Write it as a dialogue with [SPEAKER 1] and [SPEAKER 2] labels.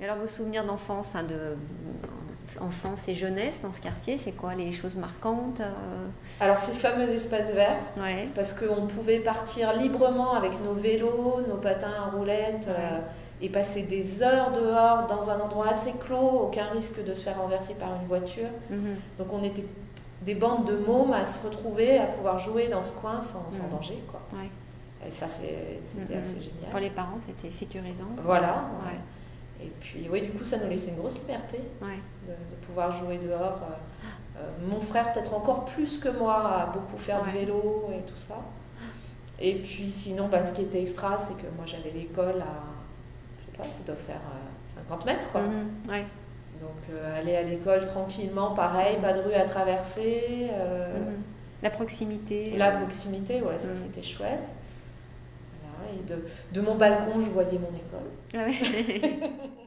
[SPEAKER 1] Et alors vos souvenirs d'enfance, enfin de euh, enfance et jeunesse dans ce quartier, c'est quoi les choses marquantes euh
[SPEAKER 2] Alors c'est le fameux espace vert,
[SPEAKER 1] Ouais.
[SPEAKER 2] parce qu'on pouvait partir librement avec nos vélos, nos patins à roulettes, euh, et passer des heures dehors dans un endroit assez clos, aucun risque de se faire renverser par une voiture.
[SPEAKER 1] Mhm.
[SPEAKER 2] Donc on était des bandes de mômes à se retrouver, à pouvoir jouer dans ce coin sans, sans
[SPEAKER 1] Mhm.
[SPEAKER 2] danger. Quoi.
[SPEAKER 1] Ouais.
[SPEAKER 2] Et ça, c'est- c'était
[SPEAKER 1] Mhm.
[SPEAKER 2] assez
[SPEAKER 1] Pour
[SPEAKER 2] génial.
[SPEAKER 1] les parents, c'était sécurisant.
[SPEAKER 2] Voilà.
[SPEAKER 1] Ouais.
[SPEAKER 2] Et puis, oui, du coup, ça nous laissait une grosse liberté
[SPEAKER 1] Ouais.
[SPEAKER 2] de, de pouvoir jouer dehors. Euh, euh, mon frère, peut-être encore plus que moi, a beaucoup fait
[SPEAKER 1] Ouais.
[SPEAKER 2] de vélo et tout ça. Et puis sinon, bah, ce qui était extra, c'est que moi j'avais l'école à, je sais pas, ça doit faire euh, 50 mètres quoi.
[SPEAKER 1] Mhm. Ouais.
[SPEAKER 2] Donc euh, aller à l'école tranquillement, pareil, pas de rue à traverser, euh,
[SPEAKER 1] Mhm. La proximité.
[SPEAKER 2] la
[SPEAKER 1] euh,
[SPEAKER 2] proximité, ouais, ça
[SPEAKER 1] Mhm.
[SPEAKER 2] c'était chouette. Voilà, et de, de mon balcon, je voyais mon école.
[SPEAKER 1] ah ouais.